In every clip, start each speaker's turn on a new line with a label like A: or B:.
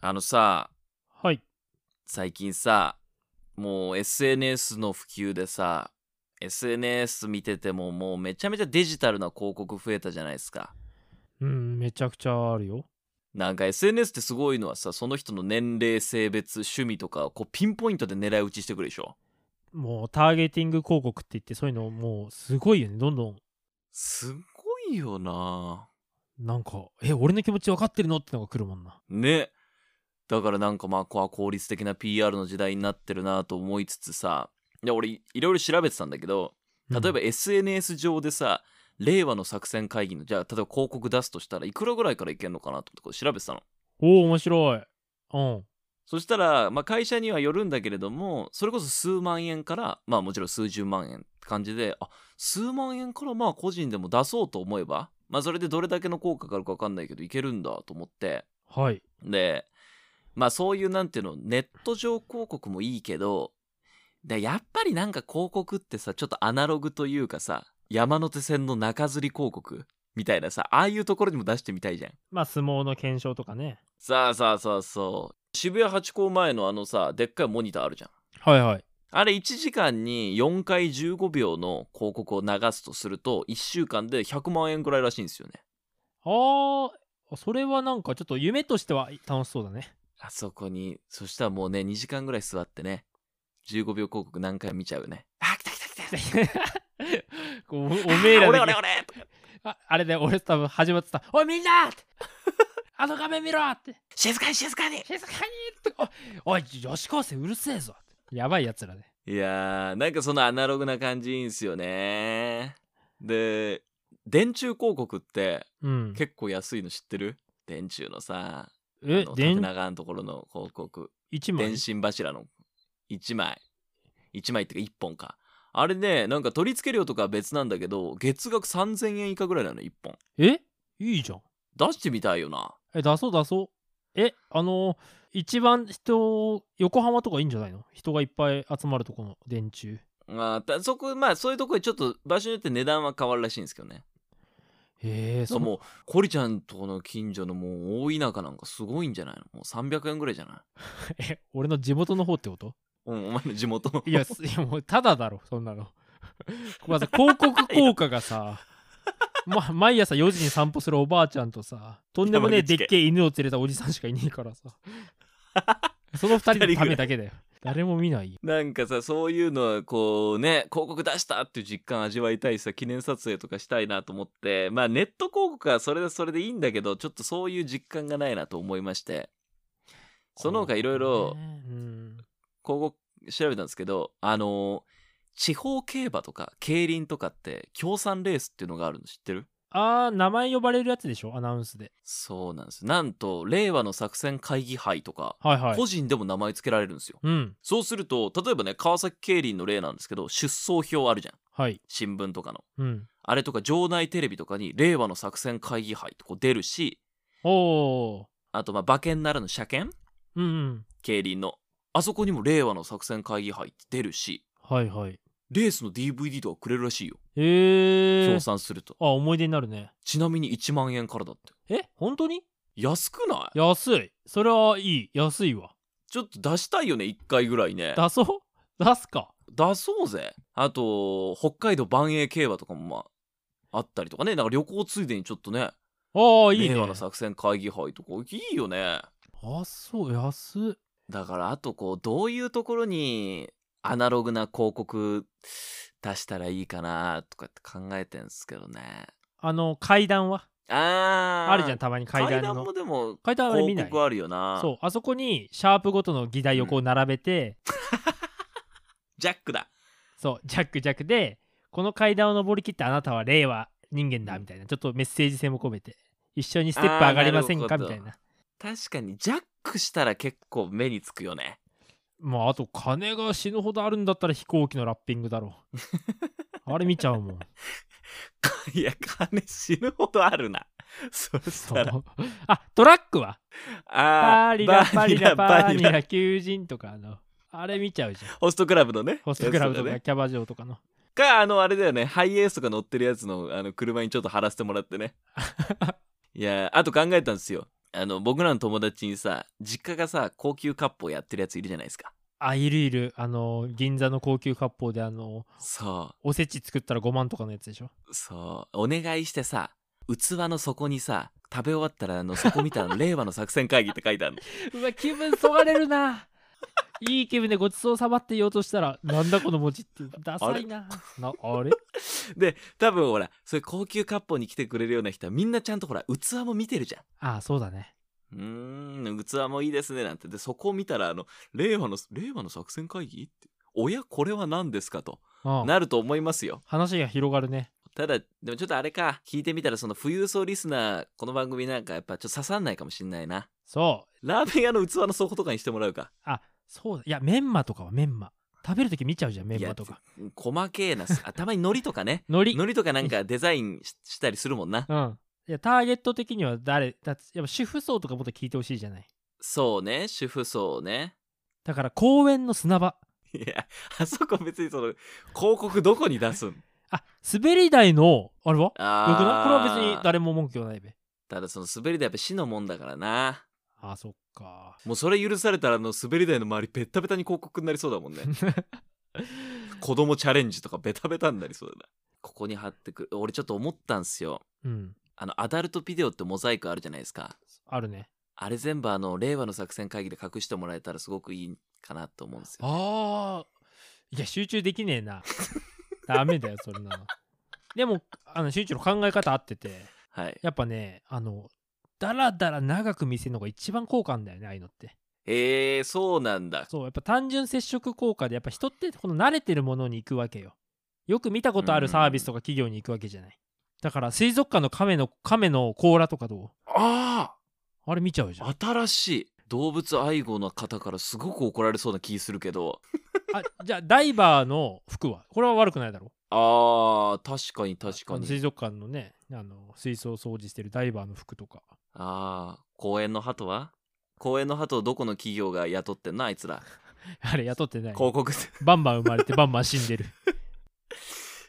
A: あのさ、
B: はい。
A: 最近さ、もう SNS の普及でさ、SNS 見ててももうめちゃめちゃデジタルな広告増えたじゃないですか。
B: うん、めちゃくちゃあるよ。
A: なんか SNS ってすごいのはさ、その人の年齢、性別、趣味とかをこうピンポイントで狙い撃ちしてくるでしょ。
B: もうターゲティング広告って言って、そういうのもうすごいよね。どんどん、
A: すごいよな
B: なんか、え、俺の気持ち分かってるのってのが来るもんな。
A: ね。だからなんかまあ、こう効率的な PR の時代になってるなと思いつつさ、いや俺いろいろ調べてたんだけど、例えば
B: うん
A: SNS 上でさ令和の作戦会議のじゃあ例えば広告出すとしたらいくらぐらいからいけんのかなと思ってこう調べてたの
B: おお、面白い。うん。
A: そしたら、まあ、会社にはよるんだけれどもそれこそ数万円からまあもちろん数十万円って感じであ数万円からまあ個人でも出そうと思えば、まあ、それでどれだけの効果があるか分かんないけどいけるんだと思って
B: はい。
A: でまあそういうなんていうのネット上広告もいいけどでやっぱりなんか広告ってさちょっとアナログというかさ山手線の中吊り広告みたいなさああいうところにも出してみたいじゃん
B: まあ、相撲の検証とかね。
A: さあさあさあそう渋谷ハチ公前のあのさでっかいモニターあるじゃん
B: はいはい。
A: あれ1時間に4回15秒の広告を流すとすると1週間で100万円ぐらいらしいんですよね
B: ああ、それはなんかちょっと夢としては楽しそうだね。
A: あそこに、そしたらもうね、2時間ぐらい座ってね、15秒広告何回見ちゃうね。あ、来た来た来た来た
B: こうおおめえら
A: あ俺
B: だ
A: 俺俺
B: け
A: とか
B: ああれで俺多分始まってた「おいみんな!」ってあの画面見ろって
A: 静かに静かに
B: 静かにっておおい女子高生うるせえぞってやばいやつらね
A: いやー、なんかそのアナログな感じいいんすよね。で、電柱広告って
B: うん
A: 結構安いの知ってる電柱のさ、あ
B: え
A: の縦
B: 電
A: 長のところの広告。
B: 1枚
A: 電信柱の1枚。1枚っていうか1本か。あれね、なんか取り付け料とかは別なんだけど、月額3000円以下ぐらいなの、1本。
B: えいいじゃん
A: 出してみたいよな。
B: え出そう出そうえあの一番人横浜とかいいんじゃないの人がいっぱい集まるとこの電柱
A: あーたそこまあそういうとこでちょっと場所によって値段は変わるらしいんですけどね
B: へえ
A: そう
B: う
A: もうコリちゃんとこの近所のもう大田舎なんかすごいんじゃないのもう300円ぐらいじゃない
B: え 俺の地元の方ってこと
A: うんお前の地元の
B: いやすいやもうただだろそんなの まず広告効果がさま、毎朝4時に散歩するおばあちゃんとさとんでもねえ
A: 山口
B: で
A: 家
B: っけえ犬を連れたおじさんしかいねえか らさその2人のためだけだよ誰も見ないよ
A: なんかさそういうのはこうね広告出したっていう実感味わいたいしさ記念撮影とかしたいなと思ってまあネット広告はそれでそれでいいんだけどちょっとそういう実感がないなと思いましてその他いろいろ
B: ねうん
A: 広告調べたんですけどあの地方競馬とか競輪とかって協賛レースっていうのがあるの知ってる
B: あー名前呼ばれるやつでしょアナウンスで
A: そうなんですなんと令和の作戦会議杯とか、
B: はいはい
A: 個人でも名前付けられるんですよ
B: うん
A: そうすると例えばね川崎競輪の例なんですけど出走表あるじゃん
B: はい
A: 新聞とかの
B: うん
A: あれとか場内テレビとかに令和の作戦会議杯とこう出るし
B: おお
A: あとまあ馬券ならぬ車券
B: ーうんうん
A: 競輪のあそこにも令和の作戦会議杯って出るし
B: はいはい
A: レースの DVD とかくれるらしいよ
B: ええ
A: 協
B: ー、
A: 賛すると
B: あ思い出になるね
A: ちなみに1万円からだって
B: え本当に
A: 安くない
B: 安いそれはいい安いわ
A: ちょっと出したいよね1回ぐらいね
B: 出そう出すか
A: 出そうぜあと北海道万栄競馬とかもまああったりとかねなんか旅行ついでにちょっとね
B: ああいいね
A: 令和の作戦会議杯とかいいよね
B: あそう安っ
A: だからあとこうどういうところにアナログな広告出したらいいかなとかって考えてんすけどね
B: あの階段は
A: あー
B: あるじゃんたまに階
A: 階
B: 段
A: 段
B: の
A: もでも
B: 階段あれ見な
A: 広
B: い
A: 告あるよな
B: そうあそこにシャープごとの議題をこう並べて、
A: ジャックだ
B: そうジャックジャックでこの階段を登り切ってあなたは令和人間だみたいなちょっとメッセージ性も込めて一緒にステップ上がりません
A: あ
B: か
A: ーなる
B: み
A: ほど
B: たいな
A: 確かにジャックしたら結構目につくよね
B: まああと金が死ぬほどあるんだったら飛行機のラッピングだろ うあれ見ちゃうもん
A: いや金死ぬほどあるな そし
B: そ
A: たら
B: うあトラックは
A: あ
B: パ
A: ー
B: リラ
A: バ
B: パリラ
A: バ
B: パ
A: ニ
B: リ
A: ラ
B: ラ求人とかあのあれ見ちゃうじゃん
A: ホストクラブのね
B: ホストクラブと
A: や
B: か
A: つ
B: キャバ嬢とかの。
A: だねかあのあれだよねハイエースとか 乗ってるやつのあの車にちょっと貼らせてもらってねいやあと考えたんですよあの僕らの友達にさ実家がさ高級割烹やってるやついるじゃないですか
B: あいるいるあの銀座の高級割烹であの
A: そ
B: おせち作ったら5万とかのやつでしょ
A: うそうお願いしてさ器の底にさ食べ終わったらあのそこ見た ら令和の作戦会議って書いてあるの
B: うわ気分そがれるないい気分でごちそうさまって言おうとしたらなんだこの餅ってダサいななあれ
A: で多分ほらそういう高級割烹に来てくれるような人はみんなちゃんとほら器も見てるじゃん
B: あそうだね
A: うーん、器もいいですね、なんて。で、そこを見たら、あの、令和の、令和の作戦会議って、おや、これは何ですかと、
B: うん
A: なると思いますよ。
B: 話が広がるね
A: ただ、でもちょっとあれか、聞いてみたら、その富裕層リスナー、この番組なんかやっぱちょっと刺さんないかもしんないな。
B: そう
A: ラーメン屋の器の底とかにしてもらうか。
B: あそうだいやメンマとかはメンマ食べるとき見ちゃうじゃんメンマとか
A: 細けえな、 すあたまに海苔とかね。
B: 海
A: 海
B: 苔
A: 苔とかなんかデザインししたりするもんな。
B: うんいやターゲット的には誰だってやっぱ主婦層とかもっと聞いてほしいじゃない
A: そうね、主婦層ね。
B: だから公園の砂場
A: いや、あそこ別にその、広告どこに出すん
B: あ滑り台のあれはよく
A: あ
B: ない
A: ー
B: これは別に誰も文句はないべ
A: ただその滑り台やっぱ死のもんだからな
B: あそっか
A: もうそれ許されたらあの滑り台の周りベッタベタに広告になりそうだもん ね子供チャレンジとかベタベタになりそうだなここに貼ってくる俺ちょっと思ったんすよ
B: うん
A: あのアダルトビデオってモザイクあるじゃないですか
B: あるね
A: あれ全部あの令和の作戦会議で隠してもらえたらすごくいいかなと思うんですよ
B: あーいや集中できねえな ダメだよそれなでもあの集中の考え方合ってて
A: はい
B: やっぱねあのだらだら長く見せるのが一番効果あんだよねああいうのって
A: えー、そうなんだ
B: そうやっぱ単純接触効果でやっぱ人ってこの慣れてるものに行くわけよよく見たことあるサービスとか企業に行くわけじゃないだから水族館の亀の亀の甲羅とかど
A: あ
B: うあれ見ちゃうじゃん
A: あ新しい動物愛護の方からすごく怒られそうな気するけど
B: あじゃあダイバーの服はこれは悪くないだろ
A: あー確かに確か
B: あの
A: に
B: 水族館のねあの水槽を掃除してるダイバーの服とか
A: ああ、公園の鳩は公園の鳩をどこの企業が雇ってんのあいつら。
B: あれ雇ってない
A: 広告。
B: バンバン生まれてバンバン死んでる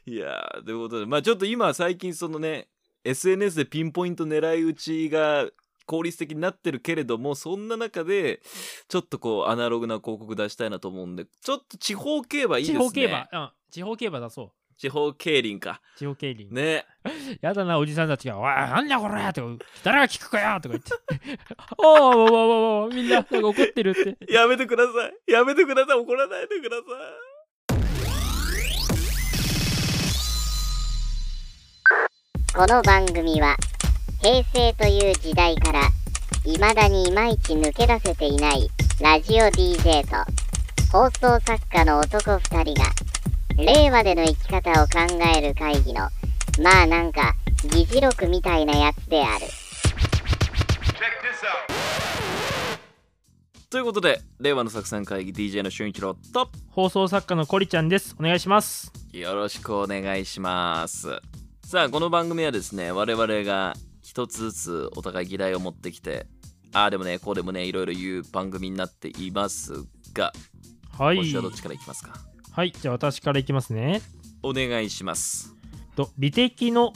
A: いやー、ということで、まあちょっと今最近そのね、SNS でピンポイント狙い撃ちが効率的になってるけれども、そんな中で、ちょっとこうアナログな広告出したいなと思うんで、ちょっと地方競馬いいです
B: 地
A: ね。
B: 方競馬。うん地方競馬だそ
A: 地方競輪か。
B: う地方競輪、
A: ね。
B: やだなおじさんたちが「わあなんだこれ!」とか「誰が聞くかよ!」とか言って 「おーおーおーおーおーみんななんか怒ってる」って
A: やめてください。やめてください。怒らないでください。
C: この番組は平成という時代から未だにいまいち抜け出せていないラジオ DJ と放送作家の男2人が令和での生き方を考える会議のまあなんか議事録みたいなやつである。
A: ということで、令和の作戦会議 DJ の俊一郎と、
B: 放送作家のコリちゃんですお願いします
A: よろしくお願いします。さあ、この番組はですね、我々が一つずつお互い議題を持ってきて、ああでもね、こうでもね、いろいろ言う番組になっていますが、
B: はい
A: 今週はどっちからいきますか
B: はいじゃあ私からいきますね
A: お願いします。
B: と美的の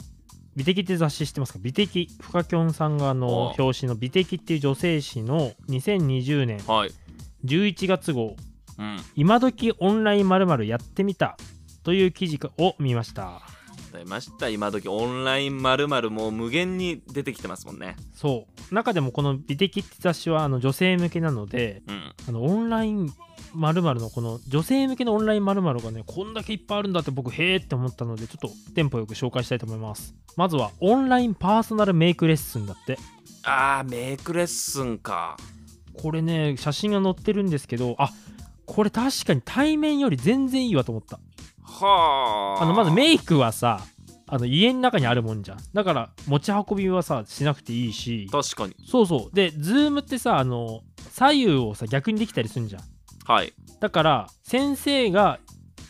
B: 美的って雑誌知ってますか美的フカキョンさんがあの
A: お
B: 表紙の美的っていう女性誌の2020年
A: はい。
B: 11月号
A: うん。
B: 今時オンラインまるやってみたという記事を見ました
A: 出ました。今時オンラインまるもう無限に出てきてますもんね。
B: そう中でもこの美的って雑誌はあの女性向けなので
A: うん。
B: あのオンラインまるのこの女性向けのオンラインまるがねこんだけいっぱいあるんだって僕へーって思ったのでちょっとテンポよく紹介したいと思いますまずはオンラインパーソナルメイクレッスンだって
A: ああ、メイクレッスンか。
B: これね写真が載ってるんですけどあこれ確かに対面より全然いいわと思った
A: はあ。
B: あのまず
A: イ
B: メイクはさあの家の中にあるもんじゃんだから持ち運びはさしなくていいし
A: 確かに。
B: そうそうでズームってさあの左右をさ逆にできたりするんじゃん
A: はい。
B: だから先生が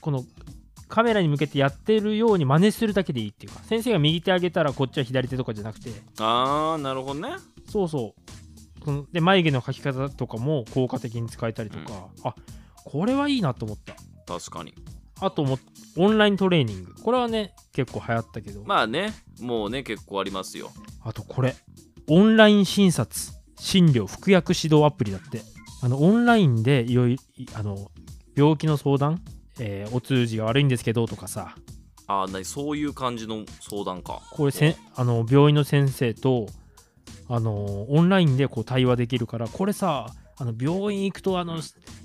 B: このカメラに向けてやってるように真似するだけでいいっていうか先生が右手上げたらこっちは左手とかじゃなくて
A: ああ、なるほどね。
B: そうそうそので眉毛の描き方とかも効果的に使えたりとか、あこれはいいなと思った
A: 確かに。
B: あともオンライントレーニングこれはね結構流行ったけど、
A: まあね、もうね、結構ありますよ。
B: あとこれオンライン診察診療服薬指導アプリだってあのオンラインでいろいあの病気の相談、えーお通じが悪いんですけどとかさ
A: ああ、なに、そういう感じの相談か。
B: これせんあの病院の先生とあのオンラインでこう対話できるからこれさあの病院行くとあの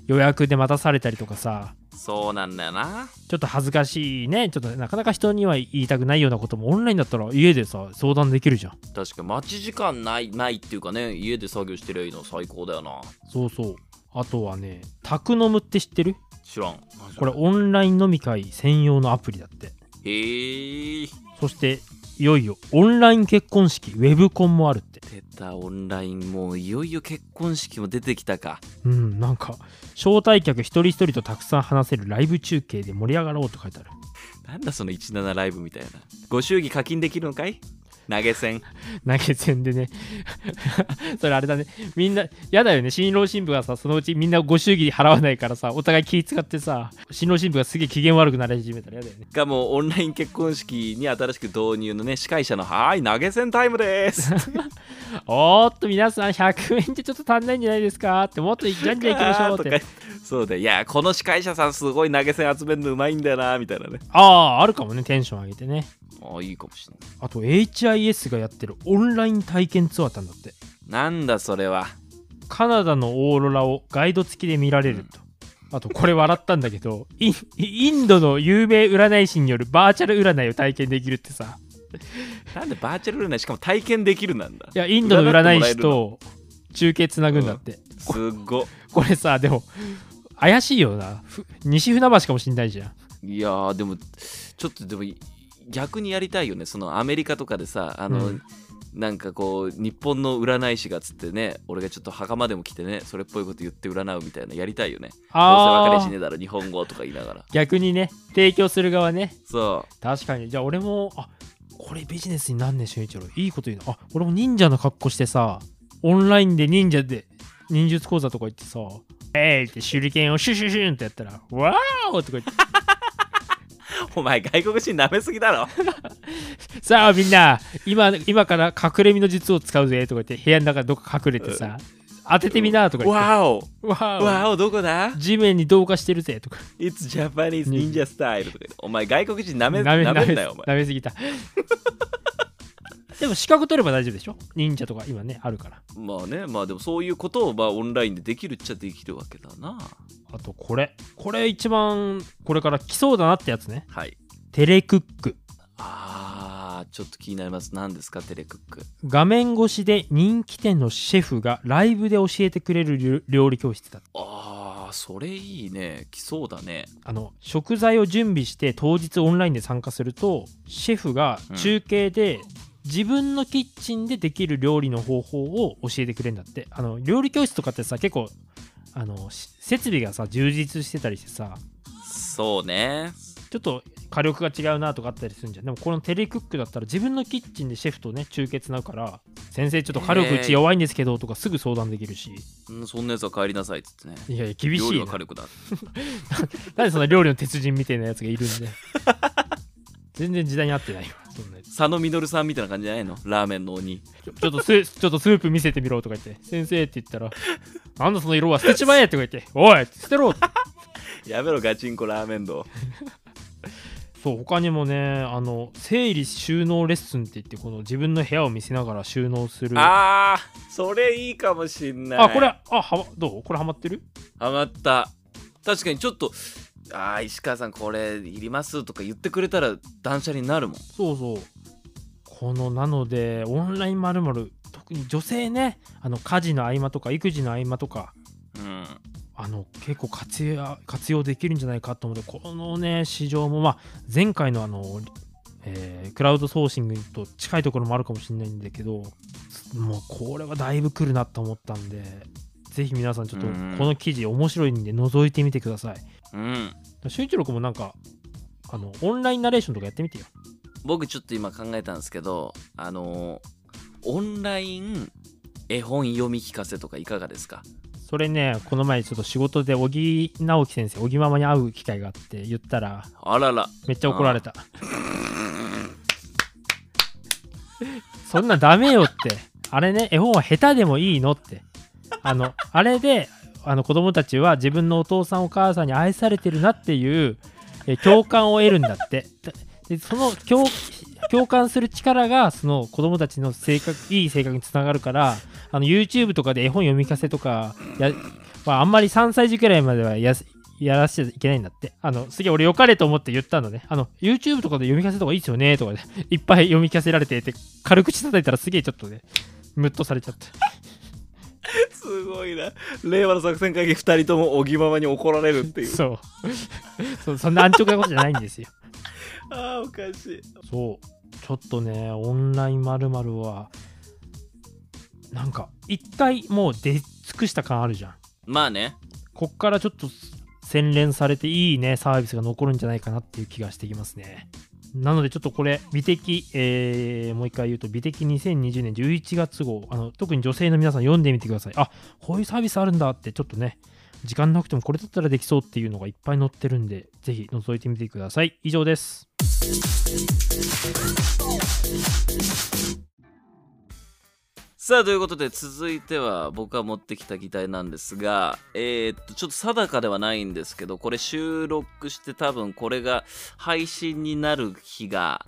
B: 予約で待たされたりとかさ
A: そうなんだよな。
B: ちょっと恥ずかしいねちょっとなかなか人には言いたくないようなこともオンラインだったら家でさ相談できるじゃん
A: 確かに待ち時間ない、ないっていうかね、家で作業してりゃいいの最高だよな。
B: そうそうあとはね宅飲むって知ってる
A: 知らん。
B: これオンライン飲み会専用のアプリだって
A: へえ。
B: そしていよいよオンライン結婚式ウェブコンもあるって
A: 出た、オンライン。もういよいよ結婚式も出てきたか。
B: うんなんか招待客一人一人とたくさん話せるライブ中継で盛り上がろうと書いてある
A: なんだその17ライブみたいな。ご祝儀課金できるのかい投げ銭。
B: 投げ銭でね それあれだねみんなやだよね新郎新婦がさそのうちみんなご祝儀払わないからさお互い気使ってさ新郎新婦がすげえ機嫌悪くなり始めたらやだよね
A: がもうオンライン結婚式に新しく導入のね、司会者の、はーい、投げ銭タイムです。
B: おーっと皆さん100円じゃちょっと足んないんじゃないですかってもっとじゃんじゃんいきまし ょうっ
A: と
B: て
A: かそうだよいやこの司会者さんすごい投げ銭集めるのうまいんだよなみたいなね
B: あああるかもねテンション上げてね
A: あいいかもしれない
B: あと HIS がやってるオンライン体験ツアーなんだって
A: なんだそれは
B: カナダのオーロラをガイド付きで見られると、あとこれ笑ったんだけどインインドの有名占い師によるバーチャル占いを体験できるってさ
A: なんでバーチャル占いしかも体験できるなんだ
B: いやインドの占い師と中継つなぐんだって、
A: すっご
B: これさでも怪しいよなふ西船橋かもしんないじゃん
A: いやーでもちょっとでも逆にやりたいよねそのアメリカとかでさあの、
B: うん
A: なんかこう日本の占い師がつってね俺がちょっと袴でも着てねそれっぽいこと言って占うみたいなやりたいよねどうせ分かりゃ
B: あ
A: しね
B: ー
A: えだろ日本語とか言いながら
B: 逆にね提供する側ね
A: そ
B: 確かにじゃあ俺もあこれビジネスになんねん俊一郎いいこと言うなあ俺も忍者の格好してさオンラインで忍者で忍術講座とか行ってさ「えい!」って手裏剣をシュシュシュンってやったら「わーお!」とか言って
A: うお前外国人舐めすぎだろ
B: 「さあみんな今今から隠れ身の術を使うぜ」とか言って部屋の中どっか隠れてさ「当ててみな」とか言って
A: わお
B: 「わー
A: わおどこだ
B: お地面に同化してるぜ」とか
A: It's Japanese Ninja Style とか言ってお前外国人なめ
B: なめ
A: なめ
B: なんめ
A: なよお前
B: なめすぎたでも資格取れば大丈夫でしょ忍者とか今ねあるから
A: まあねまあでもそういうことをまあオンラインでできるっちゃできるわけだな
B: あとこれこれ一番これから来そうだなってやつね
A: はい
B: テレクック
A: あーちょっと気になります何ですかテレクック
B: 画面越しで人気店のシェフがライブで教えてくれる料料理教室だ
A: あーそれいいね来そうだね
B: あの食材を準備して当日オンラインで参加するとシェフが中継で自分のキッチンでできる料理の方法を教えてくれるんだってあの料理教室とかってさ結構あのし設備がさ充実してたりしてさ
A: そうね
B: ちょっと火力が違うなとかあったりするんじゃんでもこのテレクックだったら自分のキッチンでシェフとね中継つなぐから先生ちょっと火力うち弱いんですけどとかすぐ相談できるし
A: うんそんなやつは帰りなさいっつってね
B: いやいや厳
A: 料
B: し
A: 理
B: い
A: は
B: な
A: 火力だ
B: なんでそんな料理の鉄人みたいなやつがいるんで全然時代に合ってないよそんなやつ
A: 佐野実さんみたいな感じじゃないのラーメンの鬼
B: ちょちょっとスちょっとスープ見せてみろとか言って先生って言ったらなんだその色は捨てちまえとか言っておい捨てろ
A: やめろガチンコラーメン道
B: そう他にもねあの整理収納レッスンって言ってこの自分の部屋を見せながら収納する
A: あーそれいいかもしんない
B: あこれあはまどうこれハマってる
A: 上がった確かにちょっとあー石川さんこれいりますとか言ってくれたら断捨離になるもん
B: そうそうこのなのでオンラインまるまる特に女性ねあの家事の合間とか育児の合間とか
A: うん
B: あの結構活用活用できるんじゃないかと思ってこのね市場も、まあ、前回のあの、えークラウドソーシングと近いところもあるかもしれないんだけどもうこれはだいぶ来るなと思ったんでぜひ皆さんちょっと
A: うん
B: この記事面白いんで覗いてみてください
A: うん
B: 俊一郎君もなんかあのオンラインナレーションとかやってみてよ
A: 僕ちょっと今考えたんですけどあのーオンライン絵本読み聞かせとかいかがですか
B: それねこの前ちょっと仕事で小木直樹先生小木ママに会う機会があって言ったら
A: あらら
B: めっちゃ怒られたそんなんダメよってあれね絵本は下手でもいいのってあのあれであの子供たちは自分のお父さんお母さんに愛されてるなっていうえー共感を得るんだってでその共共感する力がその子供たちの性格いい性格につながるからあの YouTube とかで絵本読み聞かせとかや、まあ、あんまり3歳児くらいまではやすやらせちゃいけないんだってあのすげえ俺良かれと思って言ったのねあの YouTube とかで読み聞かせとかいいですよね とかでいっぱい読み聞かせられてって軽口叩いたらすげえちょっとねムッとされちゃった
A: すごいな令和の作戦会議2人ともおぎままに怒られるっていう
B: そう そうそんな安直なことじゃないんですよ
A: ああおかしい
B: そうちょっとねオンラインまるはなんか一回もう出尽くした感あるじゃん
A: まあね
B: こっからちょっと洗練されていいねサービスが残るんじゃないかなっていう気がしてきますねなのでちょっとこれ美的、えーもう一回言うと美的2020年11月号あの特に女性の皆さん読んでみてくださいあこういうサービスあるんだってちょっとね時間なくてもこれだったらできそうっていうのがいっぱい載ってるんでぜひ覗いてみてください以上です
A: さあということで続いては僕が持ってきた議題なんですがえーっとちょっと定かではないんですけどこれ収録して多分これが配信になる日が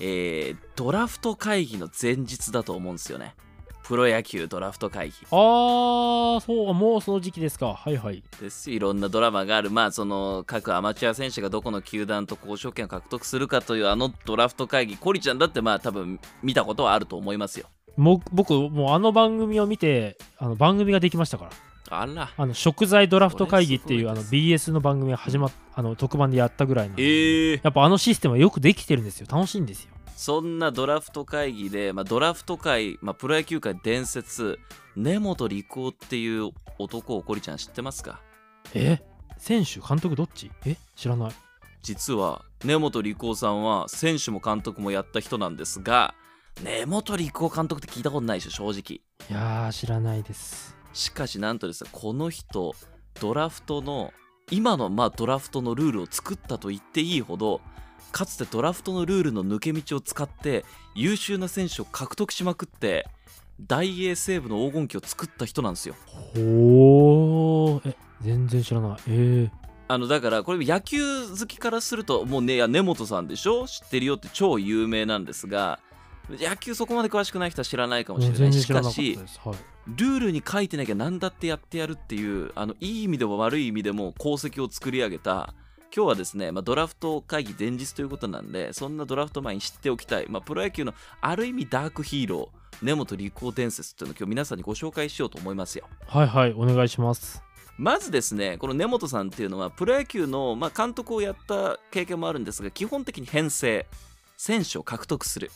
A: えードラフト会議の前日だと思うんですよねプロ野球ドラフト会議
B: あーそうもうその時期ですかはいはい
A: ですいろんなドラマがあるまあその各アマチュア選手がどこの球団と交渉権を獲得するかというあのドラフト会議コリちゃんだってまあ多分見たことはあると思いますよ
B: もう僕もうあの番組を見てあの番組ができましたから
A: あら
B: あの食材ドラフト会議っていう
A: こ
B: あ
A: れ
B: の
A: すご
B: BS の番組が始まっあの特番でやったぐらいのや
A: ええ
B: っぱあのシステムはよくできてるんですよ楽しいんですよ
A: そんなドラフト会議で、まあ、ドラフト界、まあ、プロ野球界伝説根本陸夫っていう男をコリちゃん知ってますか
B: え選手監督どっちえ知らない
A: 実は根本陸夫さんは選手も監督もやった人なんですが根本陸夫監督って聞いたことないでしょ正直
B: いやー知らないです
A: しかしなんとですねこの人ドラフトの今のまあドラフトのルールを作ったと言っていいほどかつてドラフトのルールの抜け道を使って優秀な選手を獲得しまくって大英西部の黄金期を作った人なんですよ
B: ほーえ全然知らないえー、
A: あのだからこれ野球好きからするともうねいや根本さんでしょ知ってるよって超有名なんですが野球そこまで詳しくない人は知らないかもしれな
B: 全
A: い
B: 然
A: し
B: 知ら
A: か
B: なかった
A: し
B: ですはい
A: ルールに書いてなきゃ何だってやってやるっていうあのいい意味でも悪い意味でも功績を作り上げた今日はですね、まあ、ドラフト会議前日ということなんでそんなドラフト前に知っておきたい、まあ、プロ野球のある意味ダークヒーロー根本陸夫伝説っていうのを今日皆さんにご紹介しようと思いますよ
B: はいはいお願いします
A: まずですねこの根本さんっていうのはプロ野球の、まあ、監督をやった経験もあるんですが基本的に編成選手を獲得する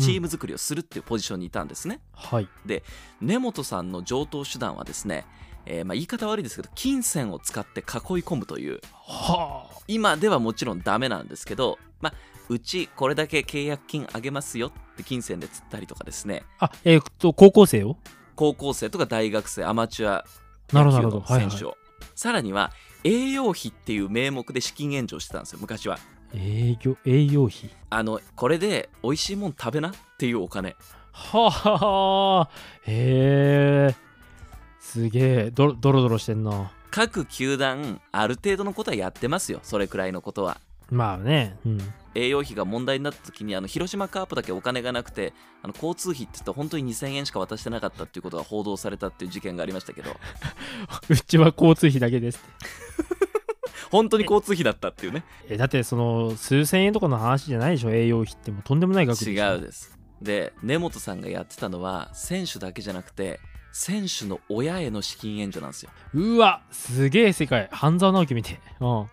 A: チーム作りをするっていうポジションにいたんですね、
B: はい
A: 根本さんの上等手段はですね、えーまあ言い方悪いですけど金銭を使って囲い込むという
B: はあ
A: 今ではもちろんダメなんですけど、まあ、うちこれだけ契約金あげますよって金銭で釣ったりとかですね
B: あえーっと高校生を
A: 高校生とか大学生アマチュア
B: なる
A: 野球
B: ほどなるほ
A: の
B: どは
A: 選
B: いはい
A: 手をさらには栄養費っていう名目で資金援助をしてたんですよ昔は
B: 営業栄養費
A: あのこれで美味しいもん食べなっていうお金
B: はあへえすげえドロドロドロしてんな
A: 各球団ある程度のことはやってますよそれくらいのことは
B: まあねうん
A: 栄養費が問題になった時にあの広島カープだけお金がなくてあの交通費って言って本当に2000円しか渡してなかったっていうことが報道されたっていう事件がありましたけ ど
B: うちは交通費だけですっ
A: 本当に交通費だったっていうね
B: てえだってその数千円とかの話じゃないでしょ栄養費ってもうとんでもない 額で
A: 違
B: しょ
A: うですで根本さんがやってたのは選手だけじゃなくて選手の親への資金援助なんですよ
B: うわすげえ世界半沢直樹見てうん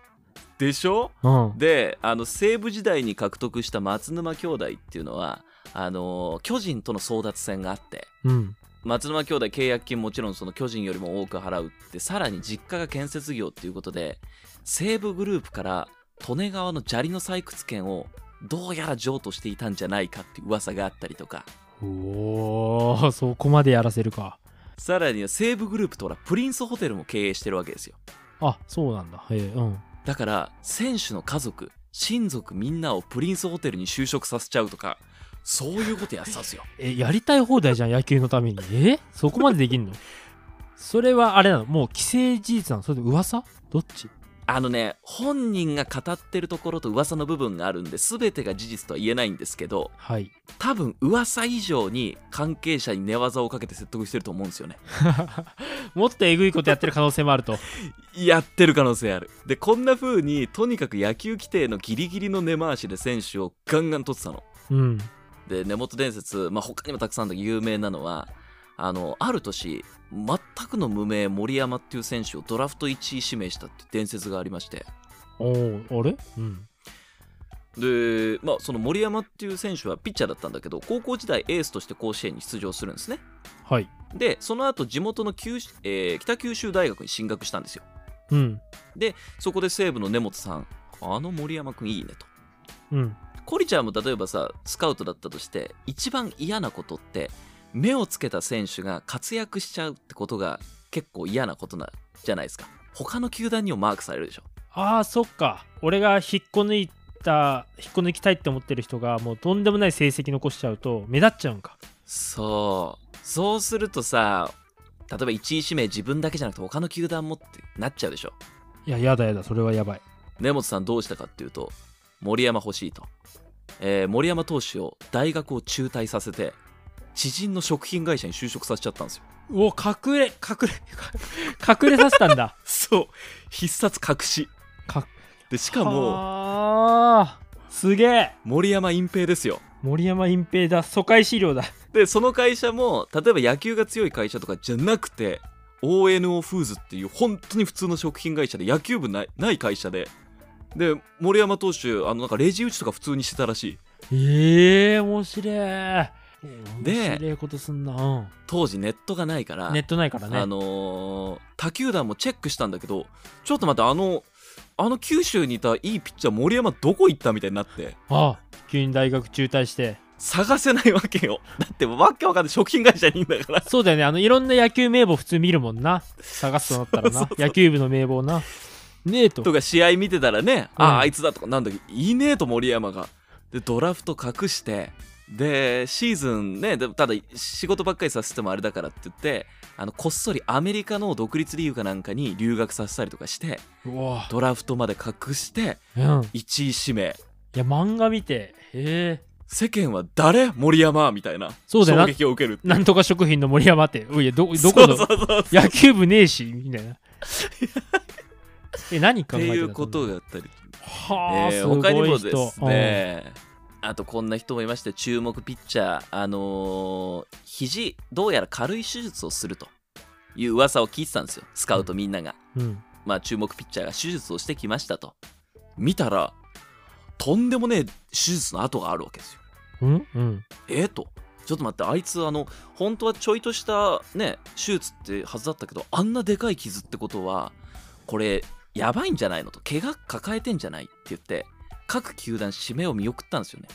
A: でしょ
B: うん
A: であの西武時代に獲得した松沼兄弟っていうのはあの巨人との争奪戦があって
B: うん
A: 松沼兄弟契約金もちろんその巨人よりも多く払うってさらに実家が建設業っていうことで西武グループから利根川の砂利の採掘権をどうやら譲渡していたんじゃないかっていう噂があったりとか
B: おーそこまでやらせるか
A: さらには西武グループとほらプリンスホテルも経営してるわけですよ
B: あそうなんだへえうん
A: だから選手の家族親族みんなをプリンスホテルに就職させちゃうとかそういうことやってたんですよ
B: えやりたい放題じゃん野球のためにえそこまでできんの それはあれなのもう既成事実なのそれと噂どっち
A: あのね本人が語ってるところと噂の部分があるんで全てが事実とは言えないんですけど
B: はい
A: 多分噂以上に関係者に寝技をかけて説得してると思うんですよね
B: もっとえぐいことやってる可能性もあると
A: やってる可能性あるでこんな風にとにかく野球規定のギリギリの根回しで選手をガンガン取ってたの
B: うん
A: で根本伝説、まあ、他にもたくさんあるんだけど有名なのはあのある年全くの無名森山っていう選手をドラフト1位指名したって伝説がありまして
B: おおあれうん
A: で、まあ、その森山っていう選手はピッチャーだったんだけど高校時代エースとして甲子園に出場するんですね
B: はい
A: でその後地元の九州、えー北九州大学に進学したんですよ
B: うん
A: そこで西武の根本さんあの森山くんいいねと
B: うん
A: コリちゃんも例えばさスカウトだったとして一番嫌なことって目をつけた選手が活躍しちゃうってことが結構嫌なことなじゃないですか他の球団にもマークされるでしょ
B: あーそっか俺が引っこ抜いた引っこ抜きたいって思ってる人がもうとんでもない成績残しちゃうと目立っちゃうんか
A: そうそうするとさ例えば1位指名自分だけじゃなくて他の球団もってなっちゃうでしょ
B: いややだやだそれはやばい
A: 根本さんどうしたかっていうと森山欲しいと、えー森山投手を大学を中退させて知人の食品会社に就職させちゃったんですよ
B: うお隠れ隠れ隠れさせたん だ
A: そう必殺隠し
B: か
A: でしかも
B: あーすげえ
A: 森山隠蔽ですよ
B: 森山隠蔽だ疎開資料だ
A: でその会社も例えば野球が強い会社とかじゃなくて ONO フーズっていう本当に普通の食品会社で野球部ないない会社でで森山投手あのなんかレジ打ちとか普通にしてたらしい
B: ええー、面白い
A: で
B: 面白いことすんな、
A: 当時ネットがないか
B: う
A: ら
B: ん、ネットないからね
A: あのー他球団もチェックしたんだけどちょっと待ってあのあの九州にいたいいピッチャー森山どこ行ったみたいになって
B: あ急に大学中退して
A: 探せないわけよだってわけわかんない食品会社にいんだから
B: そうだよねあのいろんな野球名簿普通見るもんな探すとなった らな野球部の名簿をなねえと
A: とか試合見てたらね、あ
B: うん
A: ああいつだとかなんだけどいねえと森山がでドラフト隠してでシーズンねでもただ仕事ばっかりさせてもあれだからって言ってあのこっそりアメリカの独立理由かなんかに留学させたりとかして
B: うわ
A: ドラフトまで隠して
B: うんい
A: 1位指名
B: や漫画見てへえ
A: 世間は誰森山みたいな
B: そうだよな
A: 衝撃を受ける
B: なんとか食品の森山っておいやどどこの
A: そうそうそうっ
B: 野球部ねえしみたいなえ何考
A: て
B: えてたの
A: いうことがあったり
B: はあ、
A: えー
B: すごい人
A: 他にもですね、あとこんな人もいまして注目ピッチャーあのー肘どうやら軽い手術をするという噂を聞いてたんですよスカウトみんなが、
B: うんうん
A: まあ注目ピッチャーが手術をしてきましたと見たらとんでもねえ手術の跡があるわけですよ
B: うんうん
A: えー、とちょっと待ってあいつあの本当はちょいとしたね手術ってはずだったけどあんなでかい傷ってことはこれやばいんじゃないのと怪我抱えてんじゃないって言って各球団指名を見送ったんですよね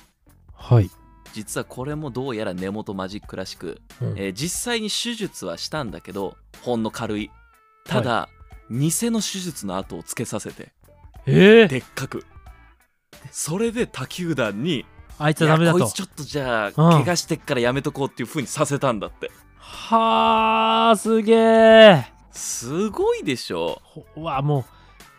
B: はい、
A: 実はこれもどうやら根元マジックらしく、
B: うん
A: えー実際に手術はしたんだけどほんの軽いただ、偽の手術の後をつけさせて
B: えー、
A: でっかくそれで他球団に
B: あいつはダメだ
A: いや
B: と
A: こいつちょっとじゃあ、
B: うん
A: 怪我してっからやめとこうっていう風にさせたんだって
B: はあすげえ
A: すごいでしょ
B: ほうわも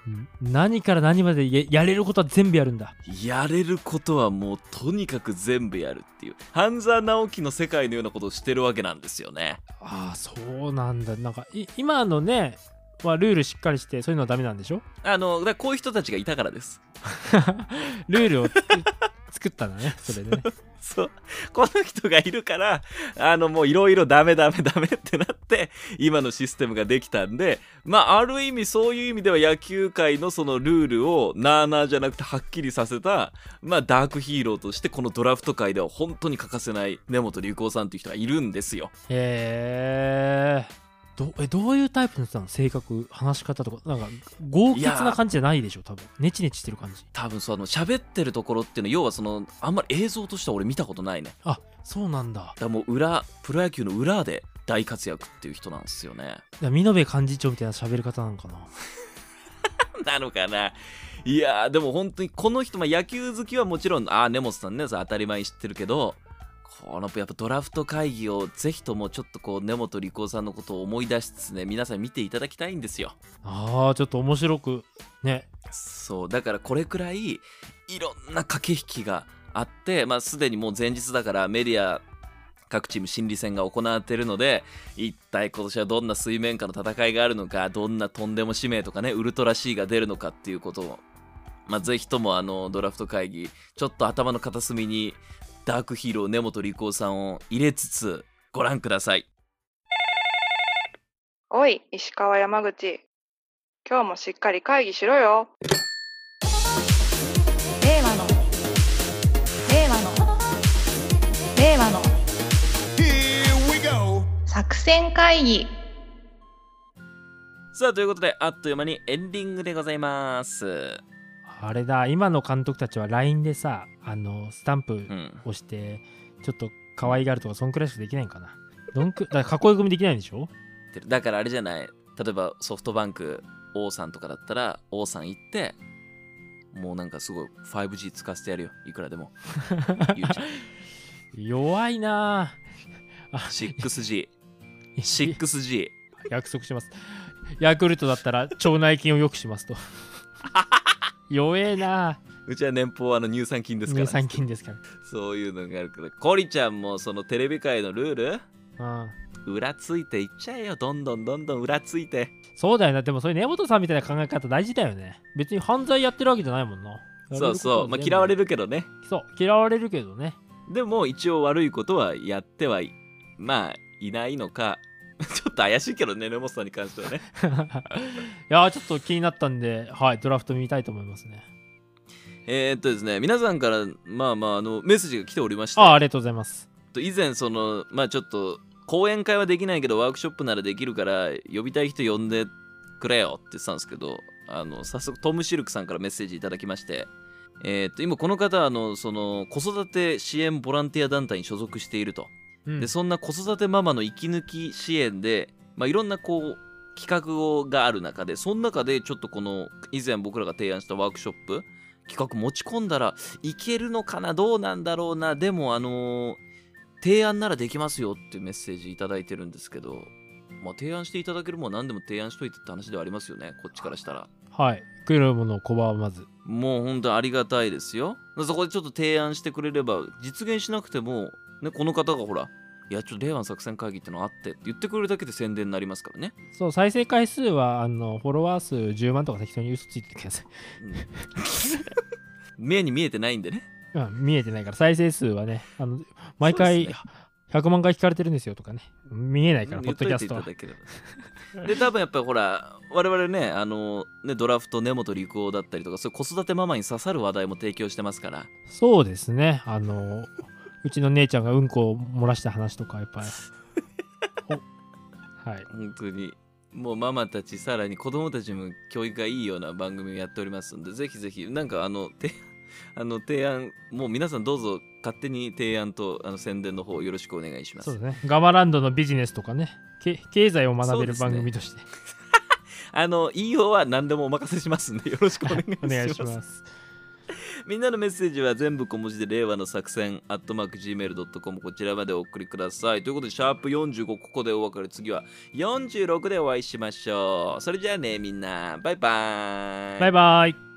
B: うん何から何までややれることは全部やるんだ
A: やれることはもうとにかく全部やるっていう半沢直樹の世界のようなことをしてるわけなんですよね
B: ああそうなんだなんかい今のねはルールしっかりしてそういうのはダメなんでしょ
A: あのだからこういう人たちがいたからです
B: ルールをつく作ったんだ ねそれでね
A: そうこの人がいるからあのもういろいろダメダメダメってなって今のシステムができたんでまあある意味そういう意味では野球界のそのルールをなあなあじゃなくてはっきりさせたまあダークヒーローとしてこのドラフト界では本当に欠かせない根本龍光さんっていう人がいるんですよ
B: へえどえどういうタイプの人なの性格話し方とかなんか豪傑な感じじゃないでしょ多分ネチネチしてる感じ
A: 多分そうあの喋ってるところっていうのは要はそのあんまり映像としては俺見たことないね
B: あそうなんだ
A: だからもう裏プロ野球の裏で大活躍っていう人なんですよね
B: だから見延幹事長みたいな喋り方なのかな
A: なのかないやーでも本当にこの人、まあ、野球好きはもちろんああ根本さんねさ当たり前に知ってるけどこのやっぱドラフト会議をぜひともちょっとこう根本理工さんのことを思い出しつつね皆さん見ていただきたいんですよ
B: ああちょっと面白くね
A: そうだからこれくらいいろんな駆け引きがあってまあすでにもう前日だからメディア各チーム心理戦が行われているので一体今年はどんな水面下の戦いがあるのかどんなとんでも使命とかねウルトラ C が出るのかっていうことをまあぜひともあのドラフト会議ちょっと頭の片隅にダークヒーロー根本理工さんを入れつつご覧ください
D: おい、石川山口。今日もしっかり会議しろよ。
E: 令和の令和の令和の
F: Here we go.
E: 作戦会議
A: さあということであっという間にエンディングでございます
B: あれだ今の監督たちは LINE でさあのスタンプ
A: うん
B: 押してちょっと可愛がるとかそんくらいしかできないんかなどんくだから囲い組みできないんでしょ
A: ってるだからあれじゃない例えばソフトバンク王さんとかだったら王さん行ってもうなんかすごい 5G 使わせてやるよいくらでも YouTube
B: 弱いなあ
A: 6G
B: い
A: 6G
B: 約束しますヤクルトだったら腸内菌を良く しますと弱えな
A: うちは年俸あの乳酸菌ですから
B: 乳酸菌ですか
A: そういうのがあるからコリちゃんもそのテレビ界のルー
B: ら、うん、
A: ル裏ついていっちゃえよどんどんどんどん裏ついて
B: そうだよなでもそういう根本さんみたいな考え方大事だよね別に犯罪やってるわけじゃないもんな
A: そうそう、まあ、嫌われ
B: る
A: るけどね
B: そう嫌われるけどね
A: でも一応悪いことはやってはいまあいないのか ちょっと怪しいけどね根本さんに関してはね
B: いやーちょっと気になったんで、はい、ドラフト見たいと思いますね。
A: えーっとですね皆さんからまあまああのメッセージが来ておりまして
B: ああ、ありがとうございます。
A: と以前そのまあちょっと講演会はできないけどワークショップならできるから呼びたい人呼んでくれよって言ってたんですけどあの早速トムシルクさんからメッセージいただきましてえーっと今この方はあのその子育て支援ボランティア団体に所属していると
B: うん
A: でそんな子育てママの息抜き支援で、まあ、いろんなこう企画をがある中でその中でちょっとこの以前僕らが提案したワークショップ企画持ち込んだらいけるのかなどうなんだろうなでもあのー提案ならできますよってメッセージいただいてるんですけど、まあ、提案していただけるもんは何でも提案しといてって話ではありますよねこっちからしたら
B: はい、来るものを拒まず。
A: もう本当にありがたいですよそこでちょっと提案してくれれば実現しなくても、ね、この方がほらいやちょっと令和の作戦会議ってのあってって言ってくれるだけで宣伝になりますからね、
B: そう、再生回数は、あの、フォロワー数10万とか適当に嘘ついてください。
A: うん目に見えてないん でね
B: うん、見えてないから、再生数はね、あの、毎回
A: そうです
B: 100万回聞かれてるんですよとかね。見えないから、
A: うん
B: ポッドキャストは
A: 言っと。いていただければで多分やっぱりほら我々ねあのねドラフト根本陸夫だったりとかそういう子育てママに刺さる話題も提供してますから
B: そうですね、あの、うちの姉ちゃんがうんこを漏らした話とか、やっぱ り。おはい。
A: 本当にもうママたちさらに子供たちも教育がいいような番組をやっておりますのでぜひぜひなんかあのて あの提案もう皆さんどうぞ勝手に提案とあの宣伝の方よろしくお願いしま
B: そう
A: す
B: ですね。ガマランドのビジネスとかね、け経済を学べる番組として。
A: あの言いようは何でもお任せします んでよろしくお願いします
B: お願いします。
A: みんなのメッセージは全部小文字で令和の作戦アットマーク Gmail.com こちらまでお送りくださいということでシャープ45ここでお別れ次は46でお会いしましょうそれじゃあねみんなバイバーイ
B: バイバイ。